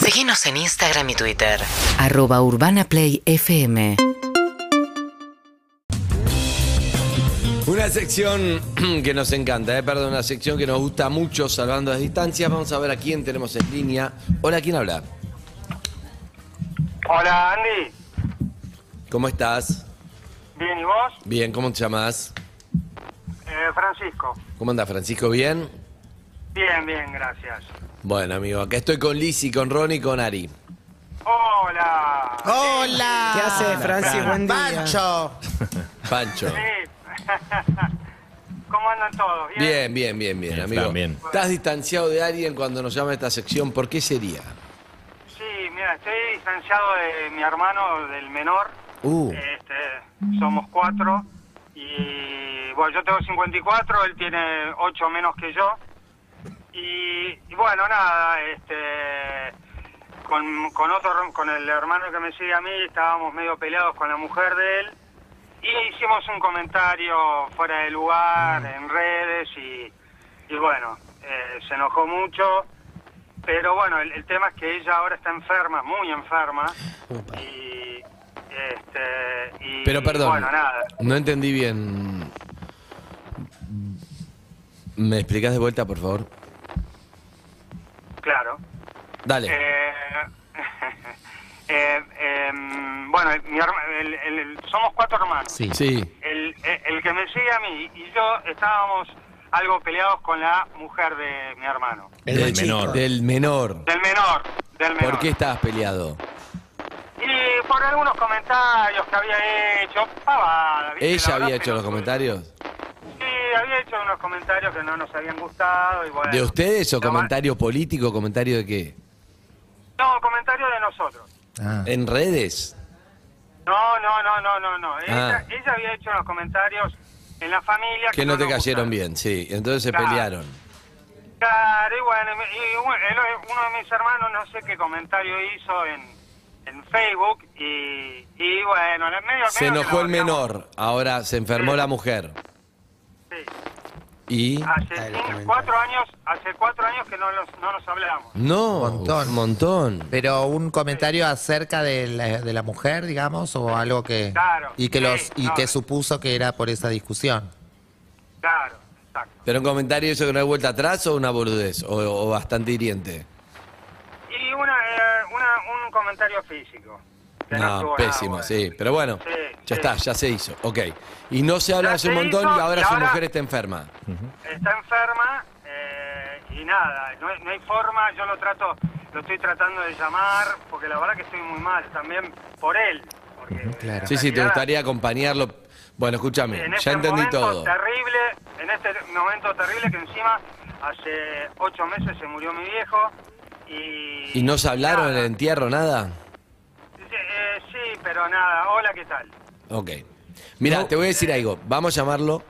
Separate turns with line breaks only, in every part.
Seguinos en Instagram y Twitter.
Arroba Urbana Play FM.
Una sección que nos encanta, eh, perdón, una sección que nos gusta mucho, salvando las distancias. Vamos a ver a quién tenemos en línea. Hola, ¿quién habla?
Hola Andy,
¿Cómo estás?
bien y vos,
Bien, ¿cómo te llamas?
Eh, Francisco.
¿Cómo andas, Francisco? ¿Bien?
Bien, bien, gracias.
Bueno, amigo, acá estoy con Lizzy, con Ronnie y con Ari.
Hola.
Hola.
¿Qué hace, Francis? Buen día.
Pancho.
Pancho.
Sí. ¿Cómo andan todos?
Bien, bien, bien, bien,
Bien,
amigo.
Fran, bien.
¿Estás distanciado de alguien cuando nos llama a esta sección? ¿Por qué sería?
Sí, mira, estoy distanciado de mi hermano, del menor.
Uh,
Este, somos cuatro. Y bueno, yo tengo 54, él tiene 8 menos que yo. Y, y bueno, nada, este, con, con otro, con el hermano que me sigue a mí, estábamos medio peleados con la mujer de él. Y hicimos un comentario fuera de lugar, en redes, y, y bueno, eh, se enojó mucho. Pero bueno, el, el tema es que ella ahora está enferma, muy enferma. Y, este, y,
pero perdón,
bueno, nada.
no entendí bien. ¿Me explicas de vuelta, por favor?
Claro.
Dale.
Eh, eh, em, bueno, mi herma- el- el- el- somos cuatro hermanos.
Sí.
Sí.
El, eh, el que me sigue a mí y yo estábamos algo peleados con la mujer de mi hermano.
El
Del
más chico.
menor.
Del menor.
Del menor. Del menor.
¿Por qué estabas peleado?
Y por algunos comentarios que había hecho. pavada, ¿viste? La
¿Ella
verdad,
había hecho los
pelotudo.
comentarios?
Sí, había hecho unos comentarios que no nos habían gustado. Y bueno.
¿De ustedes o
Lo más-
comentario político? ¿Comentario de qué?
No, comentarios de nosotros.
¿En redes?
No, no, no, no, no, no. Ella,
Ah.
ella había hecho unos comentarios en la familia
Que no te
nos
cayeron bien,
gustaron.
sí. Entonces se
Claro.
pelearon.
Claro, y bueno, y me- y bueno, el- uno de mis hermanos no sé qué comentario hizo en, en Facebook y, y bueno, en el medio
Se
medio que
enojó
nos
el
bancamos.
menor, ahora se enfermó
Sí.
la mujer.
Sí.
Y.
Hace
Ahí lo
cinco-
comentaron.
cuatro años, hace cuatro años que no, los- no nos hablamos.
No,
Montón.
un montón.
Pero un comentario acerca de la, de la mujer, digamos, o algo que
Claro,
y que
sí,
los y
no.
que supuso que era por esa discusión.
Claro, exacto.
¿Pero un comentario eso que no hay vuelta atrás o una boludez? O, o bastante hiriente.
Y una, eh, una- un comentario físico. que
No,
estuvo nada
pésimo,
bueno.
sí. Pero bueno,
Sí,
ya
sí.
está, ya se hizo. Ok. Y no se habla
Ya
hace
se
un montón
hizo,
y ahora
y
su
ahora-
mujer está enferma.
está enferma eh, y nada, no, hay- no hay forma, yo lo trato, lo estoy tratando de llamar, porque la verdad que estoy muy mal, también por él. Porque, en
Sí, sí, te
realidad,
gustaría acompañarlo. Bueno, escúchame,
En
ya
este
entendí
momento
todo.
terrible, en este momento terrible que encima hace ocho meses se murió mi viejo y...
¿Y no se hablaron en
nada.
el entierro, nada?
Sí, eh, sí, pero nada, hola, ¿qué tal?
Ok. Mira, te voy a decir algo. Vamos a llamarlo.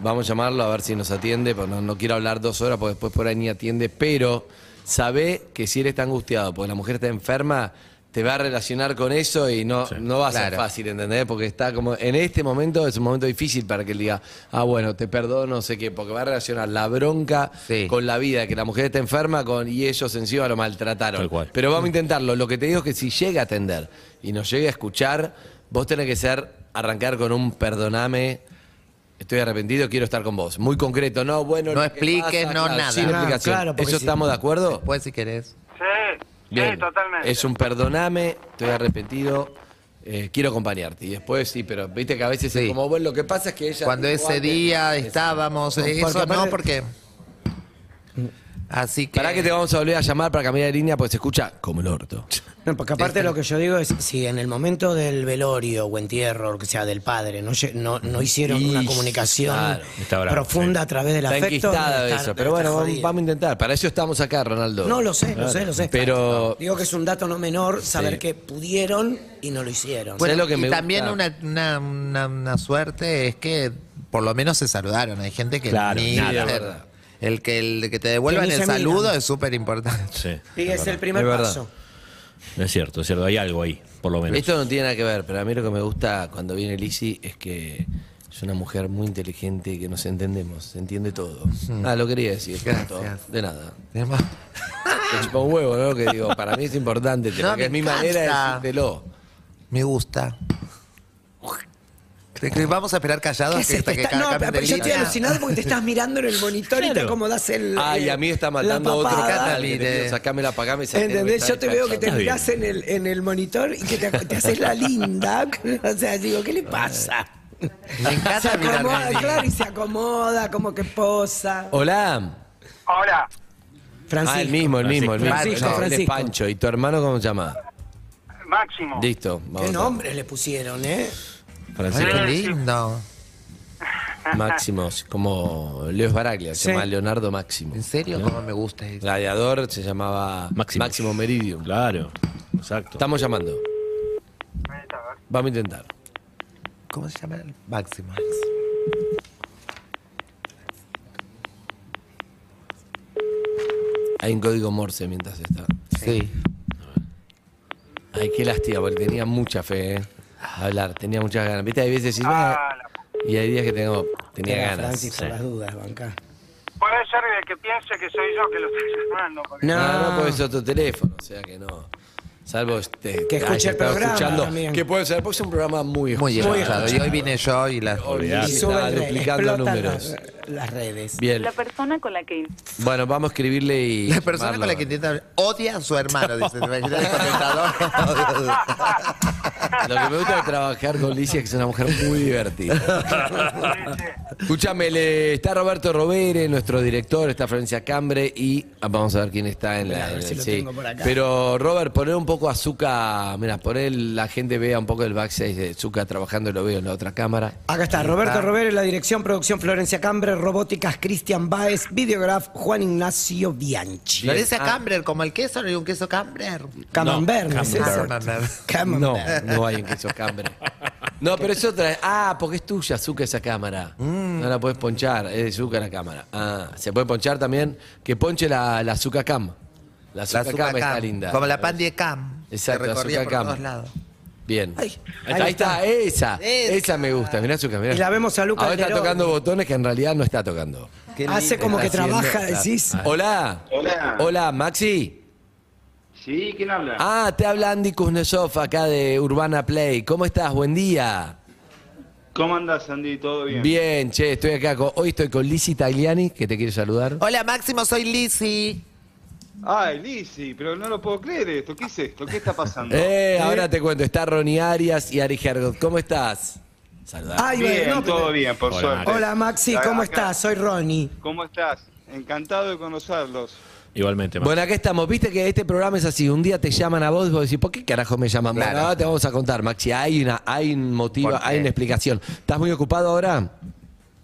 Vamos a llamarlo a ver si nos atiende. Pero no, no quiero hablar dos horas porque después por ahí ni atiende. Pero sabe que si él está angustiado porque la mujer está enferma, te va a relacionar con eso y no, no va a ser
Claro.
fácil, ¿entendés? Porque está como. En este momento es un momento difícil para que él diga, ah, bueno, te perdono, no sé qué. Porque va a relacionar la bronca
Sí.
con la vida, que la mujer está enferma con, y ellos encima lo maltrataron.
Tal cual.
Pero vamos a intentarlo. Lo que te digo es que si llega a atender y nos llega a escuchar, vos tenés que ser, arrancar con un perdoname. Estoy arrepentido, quiero estar con vos. Muy concreto, no, bueno, lo
No
que
expliques, no
claro,
nada.
sin
Ah,
explicación.
claro, porque
¿Eso
si-
estamos de acuerdo?
Después Pues, si querés.
Sí, sí, totalmente.
Es un perdoname, estoy arrepentido, eh, quiero acompañarte. Y después sí, pero viste que a veces es
Sí.
como, bueno, lo que pasa es que ella.
Cuando
dijo
ese
antes-
día estábamos, eh,
Porque
eso no
aparte-
porque así que
Pará que te vamos a volver a llamar para cambiar de línea porque se escucha como el orto.
No, porque
Este.
aparte lo que yo digo es, si en el momento del velorio o entierro, o lo que sea, del padre, no, lle- no, no hicieron
Y,
una comunicación
claro,
está bravo,
profunda
sí.
a través del
Está
afecto...
enquistada de
debe estar-
eso.
debe
Pero bueno,
estar
vamos,
jodida.
vamos a intentar. Para eso estamos acá, Ronaldo.
No, lo sé, lo sé, lo sé.
Pero-
Digo que es un dato no menor saber
Sí.
que pudieron y no lo hicieron.
Bueno, ¿sabes lo que
y
me
también
gusta?
una, una, una- una suerte es que por lo menos se saludaron. Hay gente que
Claro,
ni
nada.
el-
verdad.
el que el que te devuelvan
ni
el
se miran.
saludo es súper importante.
Sí,
y es el primer
es verdad.
paso.
es cierto, es cierto. Hay algo ahí, por lo menos.
Esto no tiene nada que ver, pero a mí lo que me gusta cuando viene Lizzy es que es una mujer muy inteligente y que
Mm.
nos entendemos, se entiende todo. Ah, lo quería decir.
Gracias.
punto. De nada.
Tenemos-
Te chupa un huevo, ¿no? Que digo, para mí es importante,
No,
porque
me
es mi
encanta.
manera de decírtelo.
Me gusta. Cre- cre- Vamos a esperar callados
¿Qué
hasta
haces? Te
que
está- no,
ca-
pero
cambien de
yo estoy
línea.
alucinado porque te estás mirando en el monitor y te
Claro.
acomodás el.
Ay,
el-
a mí está
la
matando otro
papada.
canal. que te
Mire.
pido, Sacámela, pagame esa tele, me
¿Entendés?
está
Yo te veo que te
despachando.
mirás en el, en el monitor y que te, te haces la linda. O sea, digo, ¿qué le pasa?
Me
Se
encanta mirar
acomoda,
Disney.
claro, y se acomoda, como que posa.
Hola.
Hola,
Francisco.
Ah, el mismo, el mismo, el mismo.
Francisco,
No, él es
Francisco.
Pancho. ¿Y tu hermano cómo se llama?
Máximo.
Listo.
Qué
vamos.
nombres le pusieron, ¿eh?
Ay,
Francisco.
qué lindo.
Máximo, como Leo Baraglia, se
Sí.
llama Leonardo Máximo.
En serio, cómo me gusta. eso.
Gladiador se llamaba
Máximo.
Máximo, Meridium.
Claro, exacto.
Estamos llamando. Vamos a intentar.
¿Cómo se llama? Máximo.
Hay un código Morse mientras está.
Sí.
Ay, qué lástima, porque tenía mucha fe, ¿eh? A hablar, tenía muchas ganas. Viste, hay veces decís, "Ah",
Ah, la-
y hay días que tengo, tenía
Era
ganas.
Francis, por las dudas, banca.
Puede ser de que piense que soy yo que lo estoy llamando. porque-
No.
Ah, No, no, porque es otro teléfono, o sea que no. Salvo este,
Que escuche el
estaba
programa
escuchando,
también.
que puede ser, porque es un programa muy
Muy
escuchado.
escuchado. Y hoy vine yo y la.
Olvidate.
Y
Estaba
suben, re-
duplicando
explotan
números.
Las, las redes.
Bien.
La persona con la que
Bueno, vamos a escribirle y.
La persona con la que intenta hablar odia a su hermano, dice. ¿Te imaginas el comentador?
Lo que me gusta de trabajar con Licia es que es una mujer muy divertida. Escúchame, le- está Roberto Robere, nuestro director, está Florencia Cambre y ah, vamos a ver quién está en la.
a
en
ver
el-
si lo
sí.
tengo por acá.
Pero, Robert, poner un poco a Zuka, mira, poner la gente vea un poco el backstage de Zuka trabajando, lo veo en la otra cámara.
Acá está, Roberto Robero, la dirección, producción Florencia Cambre, robóticas Cristian Baez, videograf Juan Ignacio Bianchi.
Florencia
Ah.
Cambrer, como el queso, no hay un queso Cambrer.
Camembert, ¿no es eso?
Camembert.
No,
Camembert.
no hay un queso Cambre. No, pero es otra. Ah, porque es tuya, Zuka, esa cámara.
Mm.
No la puedes ponchar, es de Zuka la cámara. Ah, se puede ponchar también. Que ponche la, la Zuka Cam. La Zuka
La
Cam
Zucacam,
está linda.
Como la pan de Cam. que
Exacto, la
recorría por
Zucacam.
todos lados.
Bien.
Ay,
ahí, está, esa, esa. me gusta. Mirá, Zuka, mirá.
Y la vemos a Luca
Ahora está
Alderón.
tocando botones que en realidad no está tocando.
Hace como que trabaja, decís.
Ah. Hola.
Hola.
Hola, Maxi.
Sí, ¿quién habla?
Ah, te habla Andy Kuznetsov acá de Urbana Play. ¿Cómo estás? Buen día.
¿Cómo andas, Andy? ¿Todo bien?
Bien, che, estoy acá. con- hoy estoy con Lizzie Tagliani, que te quiere saludar.
Hola, Máximo, soy Lizzy.
Ay, Lizzy, pero no lo puedo creer esto. ¿Qué es esto? ¿Qué está pasando?
Eh, ahora te cuento, está Ronnie Arias y Ari Hergot. ¿cómo estás? Saludar.
Ay,
bien,
bueno, no, pero-
todo bien, por
Hola,
suerte.
Hola Maxi,
Acá-
¿cómo
acá-
estás? Soy Ronnie.
¿Cómo estás? Encantado de conocerlos.
Igualmente, Maxi.
Bueno, acá estamos. Viste que este programa es así. Un día te llaman a vos y vos decís, ¿por qué carajo me llaman? Bueno,
Claro.
ahora te vamos a contar, Maxi. Hay, una, hay un motivo,
¿Por qué?
hay una explicación. ¿Estás muy ocupado ahora?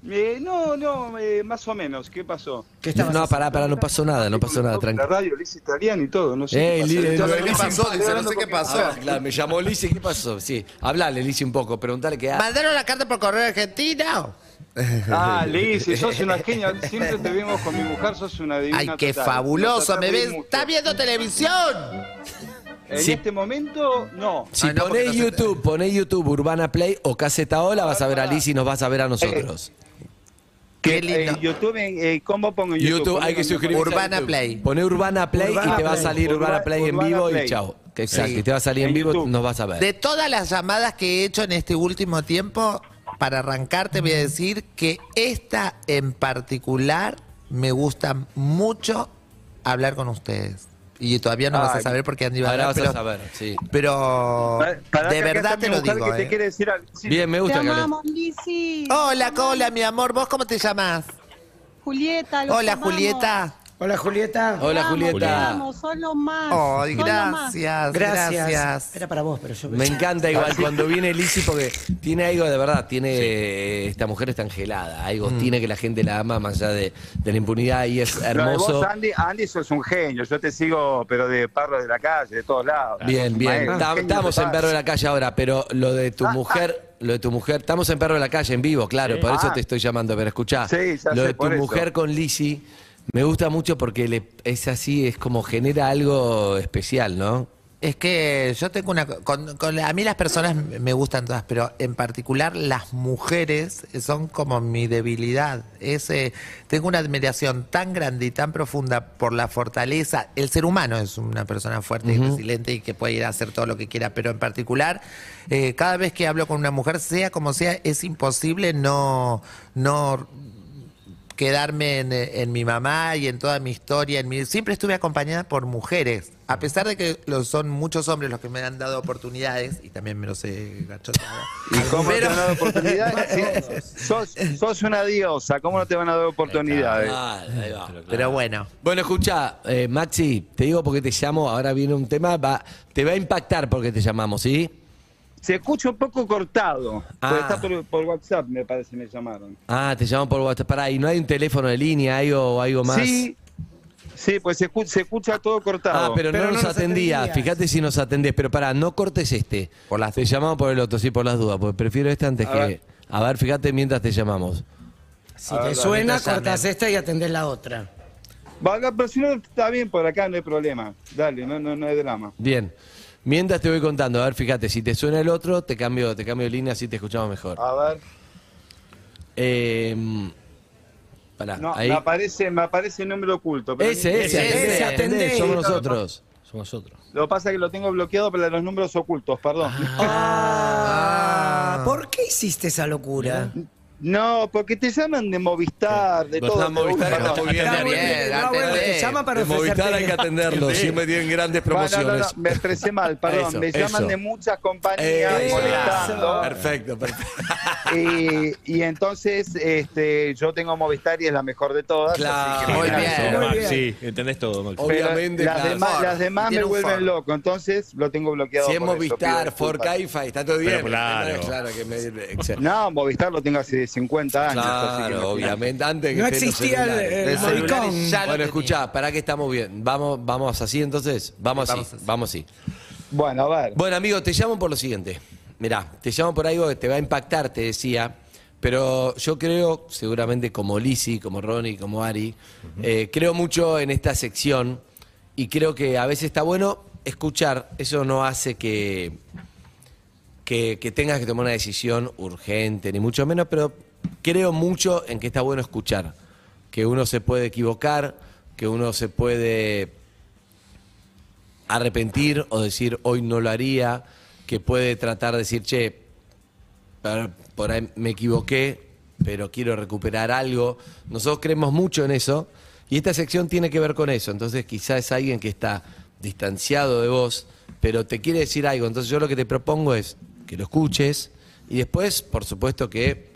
Eh, no, no, eh, más o menos. ¿Qué pasó?
¿Qué
No,
estabas
no, pará, pará, no pasó nada, no pasó nada,
La
tranquilo.
radio, Lizzy Italiana y todo, no sé.
Eh,
qué
Lizzy,
pasó.
¿qué
pasó? Dice, no sé qué pasó.
Ah, Claro, me llamó Lizzie, ¿qué pasó? Sí, hablale, Lizzie, un poco, preguntale qué hace.
¿Mandaron la carta por correo argentino?
Ah, Lizzy, sos una genia. Siempre te vemos con mi mujer, sos una divina.
Ay, qué
total.
fabuloso,
Nos
me
tratás
ves.
mucho.
¿Estás viendo televisión?
En
Sí.
este momento, no.
Si
Ah, no, porque
ponés
no se- Ah,
YouTube, ponés YouTube Urbana Play o Caseta Ola, vas a ver a Liz y nos vas a
Eh,
ver a nosotros.
Qué
Eh,
lindo.
YouTube, eh, ¿cómo pongo en YouTube?
YouTube, hay
Poneme
que
en
suscribirse. a
Urbana
YouTube.
Play.
Poné Urbana Play
Urbana
y te va a
Play.
salir Urbana,
Urbana-
Play en
Urbana
vivo
Play.
y chao. Exacto,
Sí.
y te va a salir en,
En
vivo,
YouTube.
nos vas a ver.
De todas las llamadas que he hecho en este último tiempo, para arrancar te voy a decir que esta en particular me gusta mucho hablar con ustedes. Y todavía no vas a
Ay.
saber porque Andy va a
Ahora
hablar,
vas
pero,
a saber, sí.
pero
Pa- pará
de
que acá
verdad
está
te
mi
lo
mujer
digo.
que te
eh.
quiere decir algo. Sí,
Bien, me gusta que hables.
amamos, Lizzy.
Hola, hola, mi amor. ¿Vos cómo te llamás?
Julieta, los
Hola,
amamos.
Julieta.
Hola Julieta.
Hola,
Te amo, te
Julieta.
amo, son lo más.
Ay,
son lo más.
gracias,
Gracias.
gracias.
Era para vos, pero yo
Me encanta igual cuando viene Lizzie porque tiene algo de verdad, tiene esta mujer está angelada, algo tiene que la gente la ama más allá de, de la impunidad y es
Lo de
hermoso.
vos, Andy, Andy, sos un genio. Yo te sigo, pero de parro de la calle, de todos lados.
Bien, bien.
Maestro,
Tam-
genio
Estamos en
total.
Perro de la Calle ahora, pero lo de tu
Ah,
mujer, lo de tu mujer, estamos en Perro de la Calle en vivo, claro, por eso
Ah.
te estoy llamando, pero escuchá,
Sí, ya
lo
sé,
de tu
por eso.
mujer con Lizzie me gusta mucho porque le- es así, es como genera algo especial, ¿no?
Es que yo tengo una... co- con- con- a mí las personas m- me gustan todas, pero en particular las mujeres son como mi debilidad. Ese, tengo una admiración tan grande y tan profunda por la fortaleza. El ser humano es una persona fuerte y resiliente y que puede ir a hacer todo lo que quiera, pero en particular, eh, cada vez que hablo con una mujer, sea como sea, es imposible no... no quedarme en, eh, en mi mamá y en toda mi historia. En mi, siempre estuve acompañada por mujeres. A pesar de que lo, son muchos hombres los que me han dado oportunidades, y también me los he gachotado.
¿Y cómo te van a dar oportunidades? Sí, sos, sos una diosa, ¿cómo no te van a dar oportunidades?
Ah, ahí va.
Pero bueno,
Bueno, escucha, eh, Maxi, te digo porque te llamo, ahora viene un tema, va, te va a impactar porque te llamamos, ¿sí?
Se escucha un poco cortado,
Ah.
pero está por, por WhatsApp, me parece, me llamaron.
Ah, te llaman por WhatsApp. Pará, ¿y no hay un teléfono de línea, algo, algo más?
Sí, sí, pues se escucha, se escucha todo cortado.
Ah, pero, no, nos, atendía. Fíjate si nos atendés, pero pará, no cortes este. Por las te llamamos por el otro, sí, por las dudas, porque prefiero este antes
A
que.
ver.
A ver, fíjate mientras te llamamos.
Si te suena, cortás esta y atendés la otra.
Valga, pero si no, está bien por acá, no hay problema. Dale, no, no, no hay drama.
Bien. Mientras te voy contando, a ver, fíjate, si te suena el otro, te cambio, te cambio de línea, así te escuchamos mejor.
A ver,
Eh, pará,
no,
ahí.
me aparece, me aparece el número oculto. pero no-
Ese, ese,
Ese,
atendé,
ese,
atendé,
atendé.
somos nosotros.
Somos nosotros.
Lo que pasa es que lo tengo bloqueado para los números ocultos, perdón.
Ah, ¿Por qué hiciste esa locura?
No, porque te llaman de Movistar, de todo.
Los de Movistar
Uy,
está
perdón.
muy bien,
Está muy
Daniel.
bien,
No, bueno,
atendé.
te llama para
De Movistar
ofrecerte-
hay que atenderlo, siempre tienen grandes
Bueno, no, no,
promociones.
me expresé mal, perdón.
Eso,
me llaman
eso.
de muchas compañías
Eso.
molestando.
Eh, Perfecto, perfecto.
Y, y entonces este, yo tengo Movistar y es la mejor de todas. así que
Claro.
Muy
me
bien.
lanzo.
Somos
muy
Maxi,
bien.
Sí, entendés todo, Maxi.
Obvio.
Pero
Obviamente,
las,
claro.
demás,
Ford.
las demás
Tiene
me
un Ford.
vuelven loco, entonces lo tengo bloqueado.
Si es
por eso,
Movistar,
pido
Ford
disculpas.
Caifa, está todo bien.
claro.
Entendés, claro que me- Exacto.
No, Movistar lo tengo hace 50 años. así que
Claro,
imagínate.
obviamente, antes que
No
estén los
existía el-
celulares.
el
De
Maricón.
celulares ya lo
Bueno,
tenía.
escuchá, para que estamos bien. Vamos, vamos así entonces. Vamos así,
Vamos así.
vamos así.
Bueno, a ver.
Bueno, amigo, te llamo por lo siguiente. Mirá, te llamo por algo que te va a impactar, te decía. Pero yo creo, seguramente como Lisi, como Ronnie, como Ari, eh, creo mucho en esta sección y creo que a veces está bueno escuchar. Eso no hace que, que, que tengas que tomar una decisión urgente, ni mucho menos, pero creo mucho en que está bueno escuchar. Que uno se puede equivocar, que uno se puede arrepentir o decir hoy no lo haría, que puede tratar de decir, che, per- por ahí me equivoqué, pero quiero recuperar algo. Nosotros creemos mucho en eso y esta sección tiene que ver con eso. Entonces quizás es alguien que está distanciado de vos, pero te quiere decir algo. Entonces yo lo que te propongo es que lo escuches y después, por supuesto que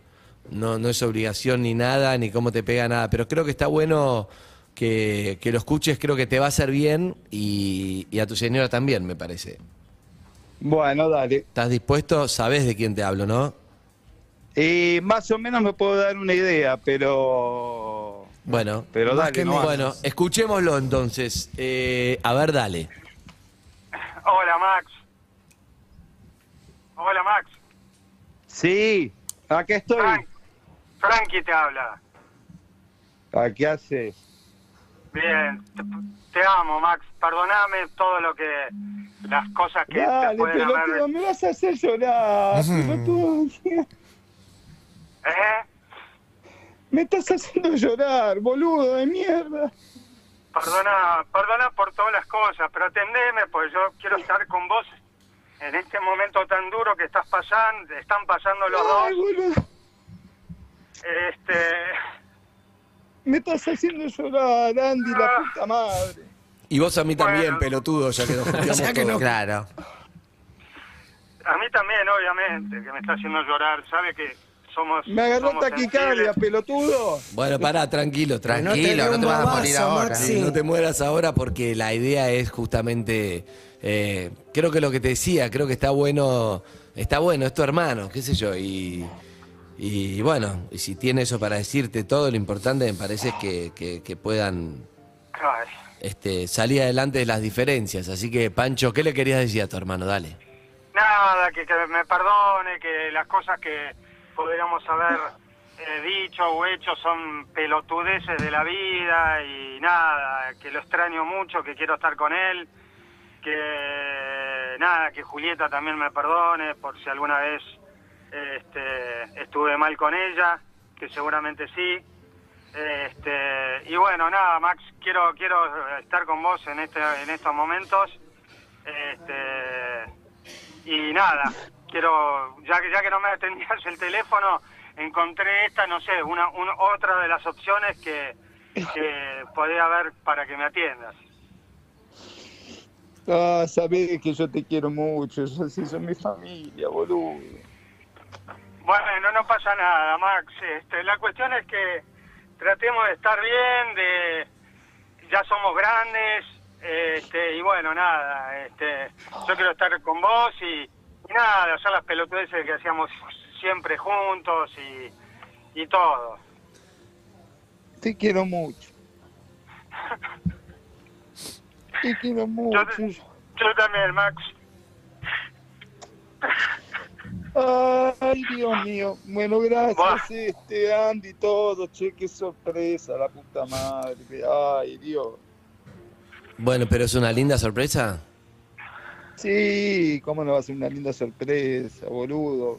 no, no es obligación ni nada, ni cómo te pega nada, pero creo que está bueno que, que lo escuches, creo que te va a hacer bien y, y a tu señora también, me parece.
Bueno, dale.
¿Estás dispuesto? Sabes de quién te hablo, ¿no?
Y Eh, más o menos me puedo dar una idea, pero.
Bueno,
Pero
Más
dale,
que
no
me-
hagas.
bueno, escuchémoslo entonces. Eh, a ver, dale.
Hola, Max. Hola, Max.
Sí, acá estoy.
Frank. Frankie te habla.
¿A qué hace?
Bien. Te, te amo, Max. Perdoname todo lo que. las cosas que te
Dale,
pueden
pelotudo,
haber.
me vas a hacer llorar. pelotudo.
¿Eh?
Me estás haciendo llorar, boludo de mierda.
Perdona, perdona por todas las cosas, pero atendeme, pues yo quiero estar con vos en este momento tan duro que estás pasando, están pasando los
Ay,
dos.
boludo,
Este,
me estás haciendo llorar, Andy, la
Ah.
puta madre.
Y vos a mí también,
Bueno.
pelotudo, ya que nos junteamos todos.
claro.
a mí también, obviamente, que me está haciendo llorar, sabe que somos
Me agarró
somos
taquicardia,
sensibles.
pelotudo.
Bueno, pará, tranquilo, tranquilo.
Tranquilo,
dé
no
un
te vas a
bobazo,
morir ahora.
Maxi.
Sí, No te mueras ahora porque la idea es justamente, eh, creo que lo que te decía, creo que está bueno, está bueno, es tu hermano, qué sé yo, y, y bueno, y si tiene eso para decirte todo, lo importante me parece es que, que- que puedan
Ay,
este, salir adelante de las diferencias. Así que, Pancho, ¿qué le querías decir a tu hermano? Dale.
nada, que, que me perdone, que las cosas que podríamos haber eh, dicho o hecho son pelotudeces de la vida y nada, que lo extraño mucho, que quiero estar con él, que nada, que Julieta también me perdone por si alguna vez este, estuve mal con ella, que seguramente sí. Este, y bueno, nada, Max, quiero quiero estar con vos en este en estos momentos. Este, y nada, quiero ya que ya que no me atendías el teléfono, encontré esta, no sé, una, un- otra de las opciones que, que podía haber para que me atiendas.
Ah, sabés que yo te quiero mucho, yo sí soy mi familia, boludo.
Bueno, no pasa nada, Max. Este, la cuestión es que tratemos de estar bien, de ya somos grandes, este, y bueno, nada, este, yo quiero estar con vos y, y nada, hacer las pelotudeces que hacíamos siempre juntos y, y todo.
Te quiero mucho. Te quiero mucho.
Yo, yo también, Max.
Ay, Dios mío. Bueno, gracias,
Buah.
este Andy, todo. Che, qué sorpresa, la puta madre. Ay, Dios.
Bueno, pero es una linda sorpresa.
Sí, cómo no va a ser una linda sorpresa, boludo.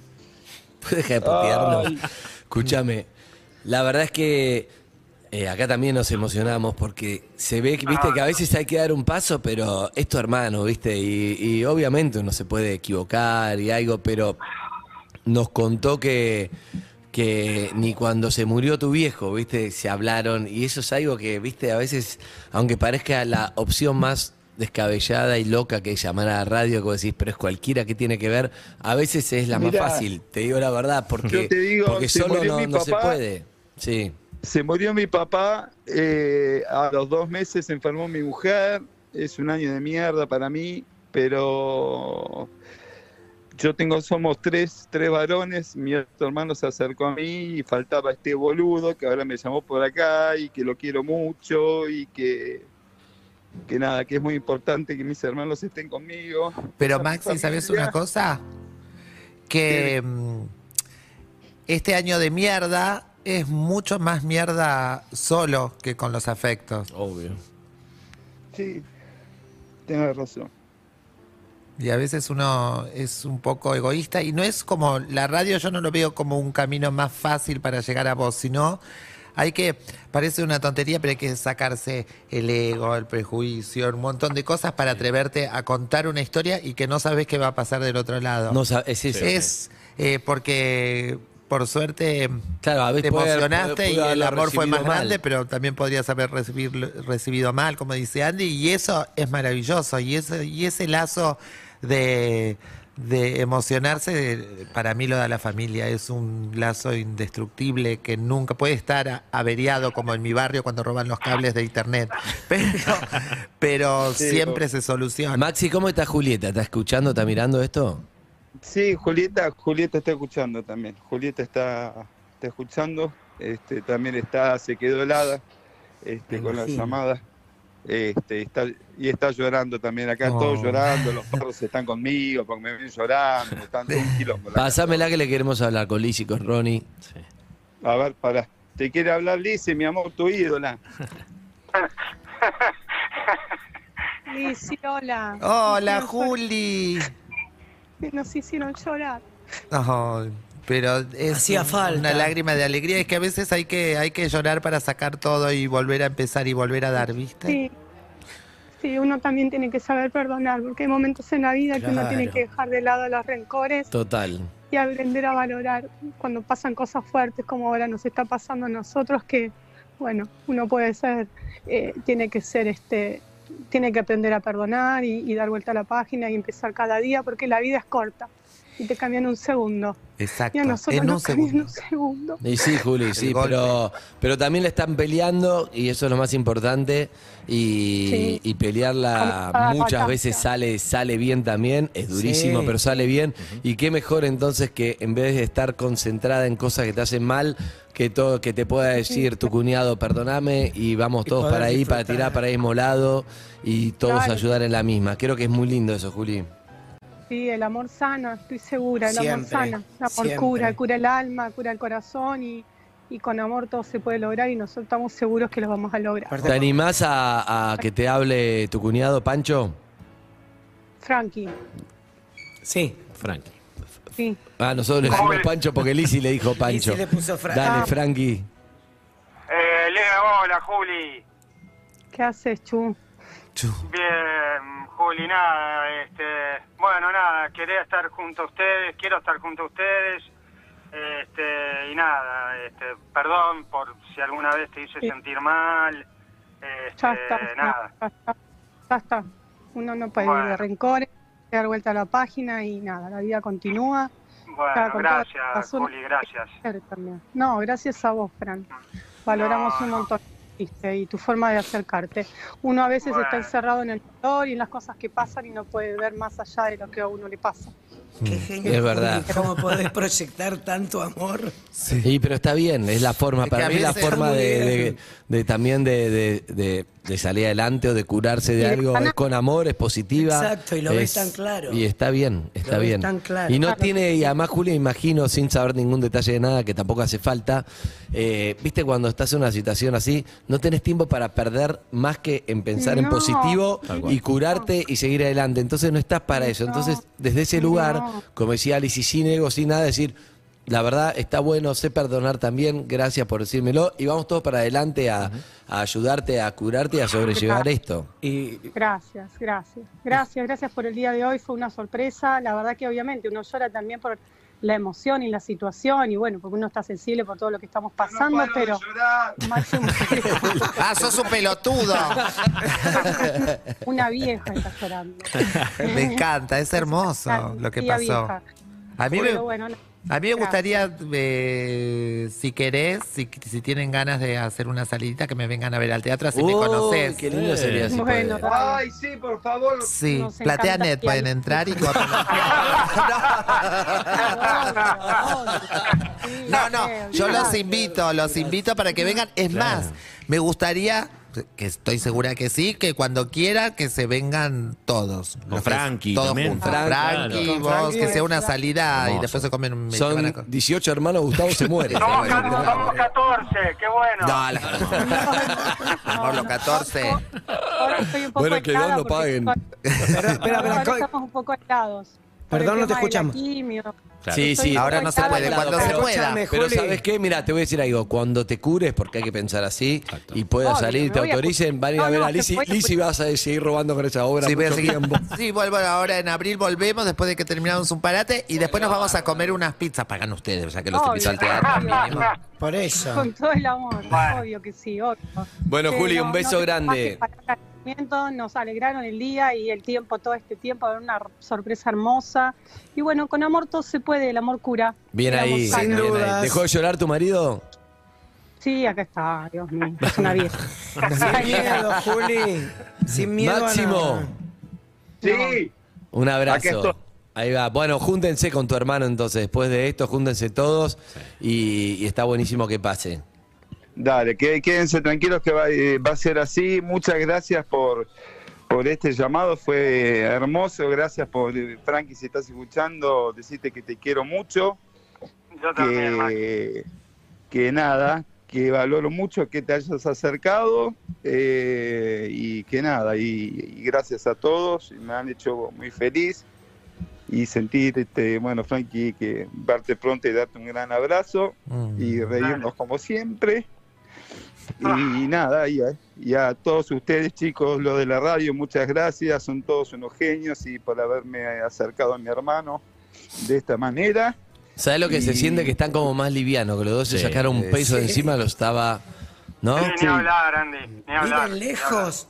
Deja de putearnos.
Ay.
Escúchame, la verdad es que eh, acá también nos emocionamos porque se ve, que, viste, que a veces hay que dar un paso, pero es tu hermano, viste, y, y obviamente uno se puede equivocar y algo, pero nos contó que, que ni cuando se murió tu viejo, viste, se hablaron y eso es algo que, viste, a veces, aunque parezca la opción más descabellada y loca que es llamar a la radio, que vos decís, pero es cualquiera que tiene que ver, a veces es la
Mirá.
más fácil, te digo la verdad, porque
Yo te digo,
porque
se
solo
murió
no,
mi
no se
papá.
puede. Sí.
Se murió mi papá, eh, a los dos meses se enfermó mi mujer, es un año de mierda para mí, pero yo tengo, somos tres, tres varones, mi otro hermano se acercó a mí y faltaba este boludo que ahora me llamó por acá y que lo quiero mucho y que, que nada, que es muy importante que mis hermanos estén conmigo.
Pero Maxi, ¿sabes una cosa? Que mm, este año de mierda es mucho más mierda solo que con los afectos.
Obvio.
Sí, tienes razón.
Y a veces uno es un poco egoísta y no es como la radio, yo no lo veo como un camino más fácil para llegar a vos, sino hay que, parece una tontería, pero hay que sacarse el ego, el prejuicio, un montón de cosas para atreverte a contar una historia y que no sabes qué va a pasar del otro lado.
No, sa- es eso.
es eh, porque por suerte
Claro, a
te
veces puede-
emocionaste
puede-
y
puede
el
haberlo
amor fue
recibido
más
mal.
grande, pero también podrías haber recibirlo- recibido mal, como dice Andy, y eso es maravilloso. Y ese, y ese lazo de, de emocionarse, eh, para mí lo da la familia. Es un lazo indestructible que nunca puede estar a- averiado, como en mi barrio cuando roban los cables de internet. Pero, pero
Sí,
siempre se soluciona.
Maxi, ¿cómo está Julieta? ¿Está escuchando, está mirando esto?
Sí, Julieta, Julieta está escuchando también. Julieta está, está escuchando. Este, también está, se quedó helada este,
Me
con las
imagino.
llamadas. Este, está, y está llorando también. Acá
Oh.
todos llorando. Los perros están conmigo porque me ven llorando. Están todo un quilombo. la
Pásamela que le queremos hablar con Liz y con Ronnie.
casa. A ver, pará. Te quiere hablar Lice, mi amor, tu ídola.
Lizzy,
Ah,
hola.
Hola,
Nos hicieron
Juli.
llorar- Nos hicieron llorar.
No, pero es
Hacía
un-
falta.
una lágrima de alegría. Es que a veces hay que, hay que llorar para sacar todo y volver a empezar y volver a dar, ¿viste?
Sí. Sí, uno también tiene que saber perdonar, porque hay momentos en la vida que uno tiene
Claro.
que dejar de lado los rencores
Total.
y aprender a valorar cuando pasan cosas fuertes como ahora nos está pasando a nosotros que bueno uno puede ser eh, tiene que ser este tiene que aprender a perdonar y, y dar vuelta a la página y empezar cada día porque la vida es corta y te cambian un segundo
Exacto.
y a nosotros
En un
nos cambian
segundo.
un segundo
Y sí, Juli, sí,
golpe.
pero, pero también la están peleando y eso es lo más importante. Y,
Sí.
y pelearla
Cada
muchas
batalla.
veces sale, sale bien también, es durísimo,
Sí.
pero sale bien. Y qué mejor entonces que en vez de estar concentrada en cosas que te hacen mal, que todo, que te pueda decir tu cuñado, perdoname, y vamos
Y
todos
poder
para ahí, para
disfrutar.
tirar para ahí molado, y todos
Claro.
ayudar en la misma. Creo que es muy lindo eso, Juli.
sí el amor sana estoy segura el amor
Siempre,
sana el amor
siempre.
cura cura el alma cura el corazón y y con amor todo se puede lograr y nosotros estamos seguros que lo vamos a lograr
¿Te animás a, a que te hable tu cuñado, Pancho?
Frankie
Sí.
Frankie.
Sí.
Ah, nosotros le decimos Pancho porque Lizzy le dijo Pancho.
Lizzy le puso Fra-
Dale,
Ah.
Frankie.
Eh, Lega, hola, Juli.
¿Qué haces, Chu?
Bien, Juli, nada, este, bueno, nada, quería estar junto a ustedes, quiero estar junto a ustedes, este, y nada, este, perdón por si alguna vez te hice
Sí.
sentir mal, este,
Ya está.
nada,
Ya está. ya está. Uno no puede
Bueno.
ir de rencores, dar vuelta a la página y nada, la vida continúa.
bueno,
Ya, con toda
gracias,
razón.
Juli, gracias.
Pero también. No, gracias a vos, Fran. Valoramos
No,
un
no.
montón lo que hiciste y tu forma de acercarte. Uno a veces
Bueno.
está encerrado en el dolor y en las cosas que pasan y no puede ver más allá de lo que a uno le pasa.
Qué genio.
Es verdad.
¿Cómo podés proyectar tanto amor?
Sí. pero está bien, es la forma,
Es
para
que a
mí es la
veces-
forma de, de- de también de, de- de- de salir adelante o de curarse de
Y de
algo,
sanar.
es con amor, es positiva.
Exacto, y lo ves
es-
tan claro.
Y está bien, está
Lo ves
bien.
tan claro.
Y no
Claro.
tiene, y además Julia, imagino, sin saber ningún detalle de nada, que tampoco hace falta, eh, viste cuando estás en una situación así, no tenés tiempo para perder más que en pensar en
No.
positivo
Tal
y
cual.
curarte y seguir adelante. Entonces no estás para eso.
No.
Entonces, desde ese lugar,
No.
como decía Alice, y sin ego, sin nada, decir, la verdad está bueno, sé perdonar también, gracias por decírmelo, y vamos todos para adelante a, a ayudarte, a curarte y a sobrellevar esto.
Y
Gracias, gracias. Gracias, gracias por el día de hoy. Fue una sorpresa. La verdad que obviamente uno llora también por la emoción y la situación y bueno, porque uno está sensible por todo lo que estamos pasando, pero máximo
Ah, sos un pelotudo.
una vieja está llorando.
Me encanta, es hermoso lo que
Tía
pasó.
vieja.
A mí
Pero
me,
bueno, no.
A mí me gustaría, eh, si querés, si, si tienen ganas de hacer una salidita, que me vengan a ver al teatro, así me
Uy,
conoces.
Qué lindo sería si
Bueno,
puede.
dale.
sí, por favor.
Sí,
Nos encanta
Plateanet
que
pueden
hay-
entrar y comen. No, no, yo los invito, los invito para que vengan. Es más, me gustaría, que estoy segura que sí, que cuando quiera que se vengan todos.
Con
Los que-
Frankie
Todos
también.
juntos.
Frankie,
Frankie,
claro.
vos, que sea una
Frankie.
salida y
Hermoso.
después se comen un... se van a
Son
co-
18 hermanos, Gustavo se muere.
Somos,
Bueno,
ca-
claro.
somos 14, qué bueno.
No, la- Amor, los 14.
Ahora estoy un poco
Bueno, que dos
aislada
no
porque
paguen.
estoy-
Pero, espera, pero
Ahora
co-
estamos un poco aislados. por
Perdón,
el tema
no te
de la
escuchamos.
quimio.
Claro.
Sí, sí.
Ahora no se puede, cuando se
Pero-
pueda.
Pero
Juli.
¿sabes qué? Mira, te voy a decir algo. Cuando te cures, porque hay que pensar así, y puedas
Obvio,
salir y
me
te
voy a
autoricen,
curar.
van a ir a
No,
ver
no,
a
me
Lizzy.
voy a
Lizzy vas a seguir robando con esa obra
Sí, voy a
mucho
seguir-
tiempo.
Sí, vuelvo ahora en abril, volvemos después de que terminamos un parate y después nos vamos a comer unas pizzas. Pagan ustedes, ya que los
Obvio.
invito al teatro. mínimo.
por eso.
Con todo el amor, obvio que sí, obvio.
Bueno,
Pero
Juli, un beso
no te pases
grande.
para el agradecimiento, Nos alegraron el día y el tiempo, todo este tiempo, era una sorpresa hermosa. Y bueno, con amor todo se puede, el amor cura.
Bien
El amor
ahí,
sana.
bien ahí.
dudas.
¿Dejó de llorar tu marido?
Sí, acá está, Dios mío, es una vieja.
Sin miedo, Juli. Sin miedo. a
Máximo.
nada.
Sí.
Un
Acá
abrazo.
estoy.
Ahí va. Bueno, júntense con tu hermano entonces. Después de esto, júntense todos. Y, y está buenísimo que pase.
Dale, que, quédense tranquilos que va, eh, va a ser así. Muchas gracias por, por este llamado, fue hermoso. Gracias por, eh, Frankie, si estás escuchando, decirte que te quiero mucho,
Yo también, Maxi.
que, que nada, que valoro mucho que te hayas acercado eh, y que nada, y, y gracias a todos, me han hecho muy feliz y sentir, este, bueno, Frankie, que verte pronto y darte un gran abrazo
Mm.
y reírnos como siempre.
Ah.
Y, nada, y a, y a todos ustedes chicos, los de la radio, muchas gracias, son todos unos genios y por haberme acercado a mi hermano de esta manera.
¿Sabes lo que se
Y-
siente? Que están como más livianos, que los dos se
Sí.
sacaron un peso de encima, lo estaba. ¿No?
Sí, ni hablar, Andy, ni hablar.
Viven lejos.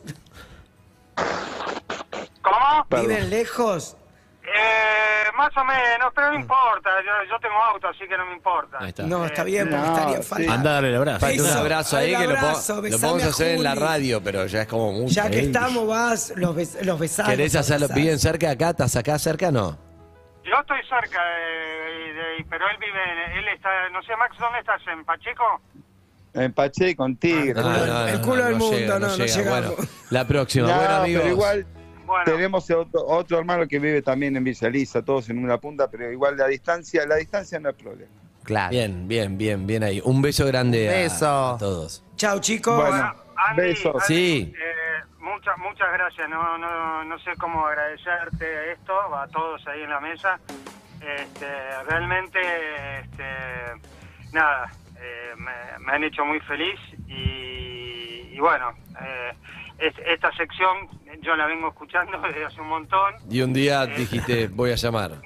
¿Cómo?
Perdón.
Viven lejos.
Eh, más o menos, pero no importa. Yo, yo tengo auto, así que no me importa.
Ah. Ahí está.
No, está bien, porque
No,
estaría
sí.
falta.
Anda, dale el abrazo.
Falta un
Eso,
abrazo ahí
el
que lo, po-
abrazo,
lo
besame
podemos
a
hacer en la
Juli.
radio, pero ya es como mucho.
Ya que
¿eh?
estamos, vas, los, bes los besamos.
¿Querés hacerlo
abrazás.
bien cerca acá? ¿Estás acá cerca? No.
Yo estoy cerca, de, de- pero él vive, en- él está, no sé, Max, ¿dónde estás? ¿En Pacheco?
Empaché con Tigre.
No, no, no,
el
no,
culo
no
del mundo,
llega,
no, no
llega.
llegamos.
Bueno, la próxima.
No,
bueno, amigos.
pero igual
Bueno,
tenemos otro, otro hermano que vive también en Villa Lisa, todos en una punta, pero igual la distancia, la distancia no es problema.
Claro.
Bien, bien, bien, bien ahí. Un beso grande
Un
a-
beso.
A, todos.
Chau, chicos.
Bueno,
Andy,
besos.
Andy,
Sí.
eh, mu- muchas muchas gracias. No, no, no sé cómo agradecerte esto a todos ahí en la mesa. Este, realmente, este, nada, eh, me, me han hecho muy feliz y, y bueno, eh, es- esta sección yo la vengo escuchando desde hace un montón.
Y un día dijiste, voy a llamar.
No, eh,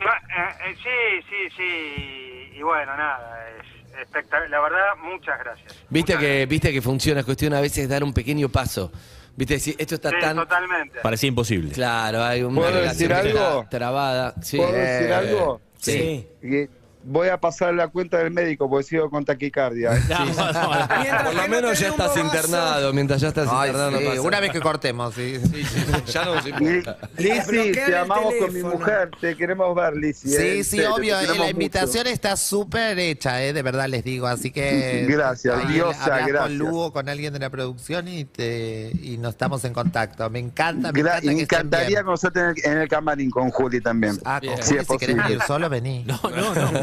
eh, sí, sí, sí. Y bueno, nada, es espectacular. La verdad, muchas gracias.
Viste
Muchas
que, viste que funciona, es cuestión a veces dar un pequeño paso. Viste, decir, esto está
gracias. Sí,
tan...
totalmente.
Parecía imposible.
Claro, hay una
¿Puedo
relación
decir
que está
algo?
trabada. Sí.
¿Puedo decir
Eh,
algo?
Sí.
Y Voy a pasar la cuenta del médico porque sigo con taquicardia.
No, no, no.
Ah, Por lo menos ya estás internado, mientras ya estás
Ay,
internado
sí,
no pasa
Una vez
nada.
que cortemos, sí.
Sí, sí, sí, ya no nos importa.
Lizzy,
Bloqueale
te
el
amamos con mi
teléfono.
mujer, te queremos ver, Lizzy.
Sí, sí,
en serio,
obvio.
este, te
eh,
queremos
La
mucho.
invitación está súper hecha, eh, de verdad les digo. Así que.
Gracias,
ahí
diosa,
hablás con
gracias.
Lugo, con alguien de la producción y, te, y nos estamos en contacto. Me encanta, me
Gra-
encanta.
me
que estén
encantaría
bien.
conocerte en el, en el camarín con Juli también.
Ah,
Bien.
con
Sí,
Juli,
es
si querés
posible.
venir, solo vení.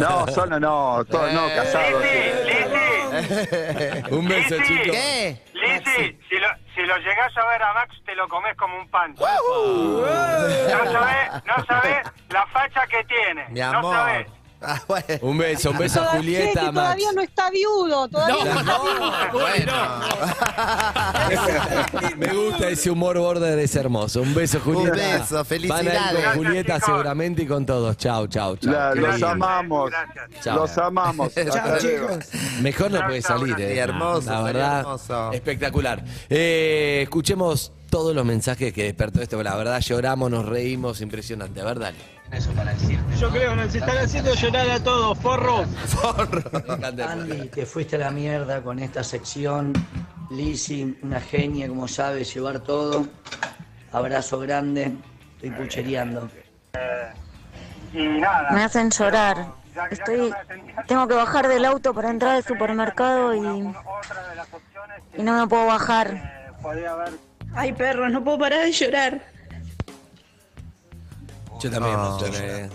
No, solo no, todo,
Eh,
no, casado.
Lizzy, Lizzy,
Un beso,
Sí, sí.
chicos.
¿Qué?
Lizzy, si lo, si lo llegás a ver a Max, te lo comes como un pan. No sabés, no sabés la facha que tiene.
¡Eh! Mi
No eh.
amor.
sabés.
Ah, bueno.
Un beso, un beso a
Toda-
Julieta,
Chequi
a Max.
todavía no está viudo, todavía no, está viudo.
Bueno.
Me gusta ese humor border, es hermoso. Un beso, Julieta.
beso,
Van a ir
felicidades.
con Julieta
Gracias, chicos.
seguramente y con todos. Chau, chau, chau.
La-
Qué
los
lindo.
amamos,
Gracias.
Chao.
los amamos. Hasta luego.
Mejor no
Chau,
puede
chau,
salir,
gracias.
eh.
Sí, hermoso,
La
salió
verdad,
hermoso.
espectacular. Eh, escuchemos todos los mensajes que despertó esto. La verdad, lloramos, nos reímos, impresionante. A ver, dale.
Yo creo que nos están haciendo llorar a todos, porro.
Me encanta el
Andy, te fuiste a la mierda con esta sección. Lizzy, una genia, como sabes, llevar todo. Abrazo grande. Estoy puchereando.
Y nada.
Me hacen llorar.
Ya- ya
Estoy,
que no me atendías,
tengo que bajar del auto para entrar al supermercado y,
una- otra de las opciones que,
y no me puedo bajar.
eh, podía haber
Ay, perro, no puedo parar de llorar.
Yo también me emocioné, eh.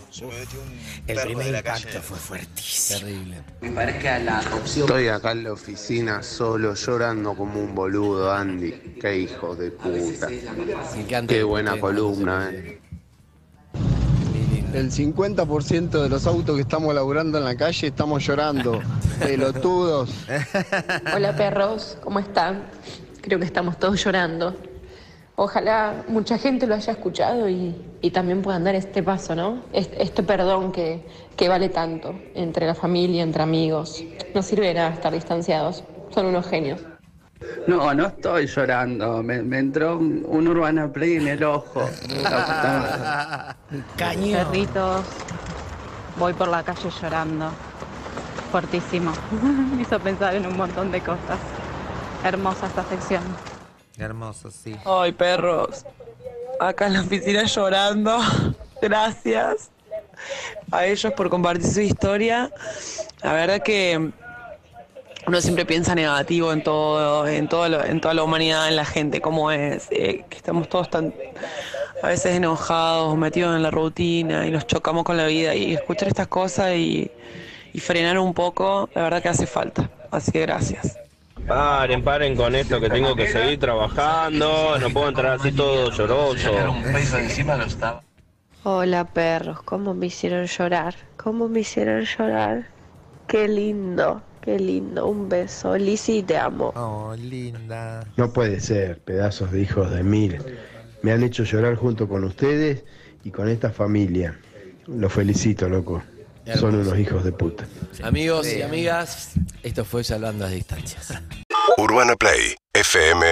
El primer impacto fue fuertísimo.
Terrible.
Me parece que la opción
Estoy acá en la oficina solo llorando como un boludo, Andy. Qué hijo de puta.
Me encanta.
Qué buena columna, eh.
El 50% de los autos que estamos laburando en la calle estamos llorando. Pelotudos.
Hola, perros, ¿cómo están? Creo que estamos todos llorando. Ojalá mucha gente lo haya escuchado y, y también puedan dar este paso, ¿no? Este, este perdón que, que vale tanto entre la familia, entre amigos. No sirve de nada estar distanciados. Son unos genios.
No, no estoy llorando. Me, me entró un, un Urbana Play en el ojo.
Cañón.
Perritos, voy por la calle llorando. Fuertísimo. Me hizo pensar en un montón de cosas. Hermosa esta sección.
Hermoso, sí.
Ay, perros. Acá en la oficina llorando. Gracias a ellos por compartir su historia. La verdad que uno siempre piensa negativo en todo, en todo lo- en toda la humanidad, en la gente, cómo es, eh, que estamos todos tan a veces enojados, metidos en la rutina y nos chocamos con la vida y escuchar estas cosas y, y frenar un poco, la verdad que hace falta. Así que gracias.
Paren, paren con esto que tengo que seguir trabajando. No puedo entrar así todo lloroso.
Hola perros, ¿cómo me hicieron llorar? ¿Cómo me hicieron llorar? Qué lindo, qué lindo. Un beso. Lizzy, te amo.
Oh, linda.
No puede ser, pedazos de hijos de mil. Me han hecho llorar junto con ustedes y con esta familia. Los felicito, loco. Son unos hijos de puta.
Amigos y amigas, esto fue Salvando las Distancias.
UrbanaPlayFM.com